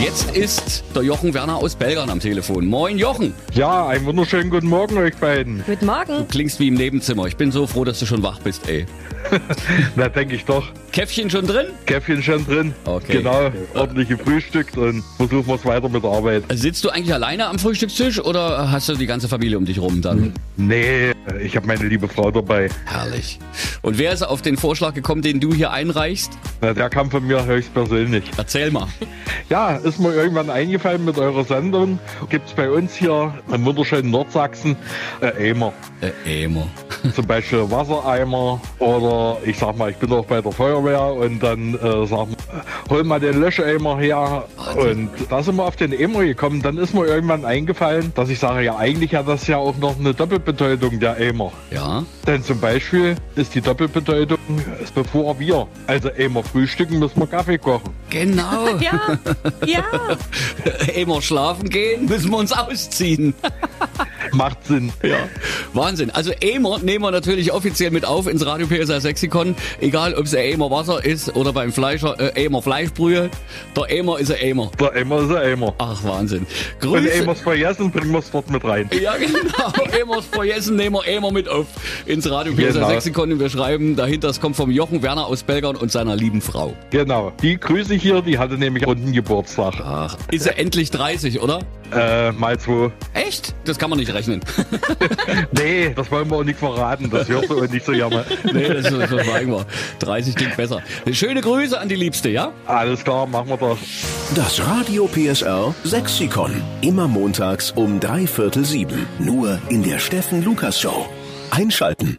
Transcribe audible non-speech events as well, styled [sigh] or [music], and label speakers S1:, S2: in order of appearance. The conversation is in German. S1: Jetzt ist der Jochen Werner aus Belgern am Telefon. Moin Jochen,
S2: Ja, einen wunderschönen guten Morgen euch beiden.
S3: Guten Morgen.
S1: klingst wie im Nebenzimmer. Ich bin so froh, dass du schon wach bist, ey.
S2: Na, denke ich doch.
S1: Käffchen schon drin?
S2: Käffchen schon drin.
S1: Okay.
S2: Genau, ordentlich gefrühstückt und versuchen wir es weiter mit der Arbeit.
S1: Sitzt du eigentlich alleine am Frühstückstisch oder hast du die ganze Familie um dich rum dann?
S2: Nee, ich habe meine liebe Frau dabei.
S1: Herrlich. Und wer ist auf den Vorschlag gekommen, den du hier einreichst?
S2: Na, der kam von mir höchstpersönlich.
S1: Erzähl mal.
S2: Ja, ist mir irgendwann eingefallen mit eurer Sendung. Gibt's bei uns hier im wunderschönen Nordsachsen äh, Eimer.
S1: Äh, Emo.
S2: Zum Beispiel Wassereimer oder ich sag mal, ich bin auch bei der Feuerwehr und dann äh, sag mal, hol mal den Löscheimer her. Und da sind wir auf den Eimer gekommen. Dann ist mir irgendwann eingefallen, dass ich sage, ja eigentlich hat das ja auch noch eine Doppelbedeutung der Eimer.
S1: Ja,
S2: Denn zum Beispiel ist die Doppelbedeutung, ist bevor wir, also Eimer frühstücken, müssen wir Kaffee kochen.
S1: genau.
S3: Ja, ja.
S1: Emo schlafen gehen, müssen wir uns ausziehen.
S2: Macht Sinn.
S1: [laughs] Ja. Wahnsinn. Also Aimer nehmen wir natürlich offiziell mit auf ins Radio PSR Sexikon. Egal, ob es ein Aimer Wasser ist oder beim Fleischer äh, Aimer Fleischbrühe. Der Aimer ist ein Aimer.
S2: Der Eimer ist ein Eimer.
S1: Ach, Wahnsinn.
S2: Wenn
S1: Grüße.
S2: Eimers vergessen, bringen wir es dort mit rein.
S1: [laughs] ja, genau. Aimers vergessen nehmen wir Aimer mit auf ins Radio PSR
S2: Genau.
S1: Sexikon. Und wir schreiben dahinter, es kommt vom Jochen Werner aus Belgern und seiner lieben Frau.
S2: Genau. Die grüße ich hier, die hatte nämlich runden Geburtstag.
S1: Ach, ist er endlich 30, oder?
S2: Äh, mal zwei.
S1: Echt? Das kann man nicht rechnen.
S2: Nee, das wollen wir auch nicht verraten. Das hörst du auch nicht so gerne.
S1: nee, das, das verweigen wir. 30 klingt besser. Schöne Grüße an die Liebste, ja?
S2: Alles klar, machen wir das.
S4: Das Radio PSR Sexikon. Immer montags um drei Viertel sieben. Nur in der Steffen Lukas Show. Einschalten.